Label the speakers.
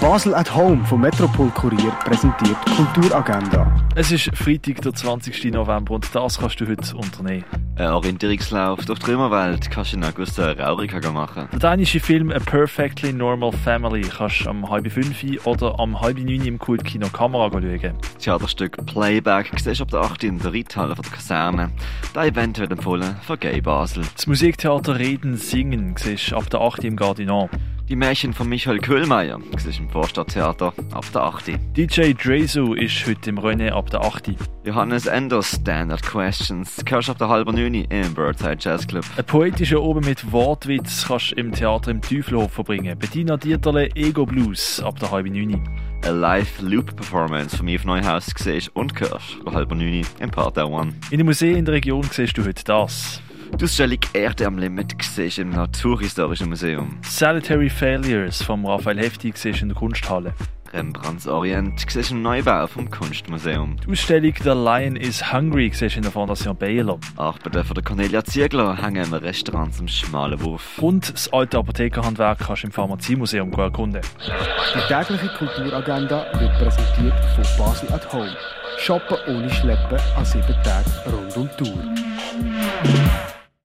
Speaker 1: Basel at Home vom Metropol Kurier präsentiert Kulturagenda.
Speaker 2: Es ist Freitag, der 20. November und das kannst du heute unternehmen.
Speaker 3: Ein Orientierungslauf durch die Römerwelt kannst du in August eine Raurika machen.
Speaker 2: Der dänische Film A Perfectly Normal Family kannst du am halb fünf oder am halb neun im Kultkino Kamera schauen.
Speaker 3: Das Theaterstück Playback siehst du ab der 8. in der Reithalle von der Kaserne. Das Event wird empfohlen von Gay Basel.
Speaker 2: Das Musiktheater Reden Singen siehst du ab der 8. im Gardinon.
Speaker 3: Die Märchen von Michael Köhlmeier siehst du im Vorstadttheater ab der 8.
Speaker 2: DJ Drezu ist heute im Rennen ab der 8.
Speaker 3: Johannes Enders Standard Questions hörst du ab der halben 9 im Birdside Jazz Club.
Speaker 2: Ein poetischer Oben mit Wortwitz kannst du im Theater im Teufelhof verbringen. Bettina Dieterle Ego Blues ab der halben 9.
Speaker 3: Eine Live-Loop-Performance von Yves Neuhaus siehst und hörst ab der halben 9 im Part One.
Speaker 2: In den Museen in der Region siehst du heute das.
Speaker 3: Die Ausstellung Erde am Limit siehst du im Naturhistorischen Museum.
Speaker 2: Salutary Failures vom Raphael Hefti siehst du in der Kunsthalle.
Speaker 3: Rembrandts Orient siehst du im Neubau vom Kunstmuseum.
Speaker 2: Die Ausstellung The Lion is Hungry siehst du in der Fondation Baylor.
Speaker 3: Arbeiten von der Cornelia Ziegler hängen im Restaurant zum schmalen Wurf.
Speaker 2: Und das alte Apothekerhandwerk kannst du im Pharmaziemuseum erkunden.
Speaker 1: Die tägliche Kulturagenda wird präsentiert von Basel at Home. Shoppen ohne Schleppen an sieben Tagen rund um die Tour.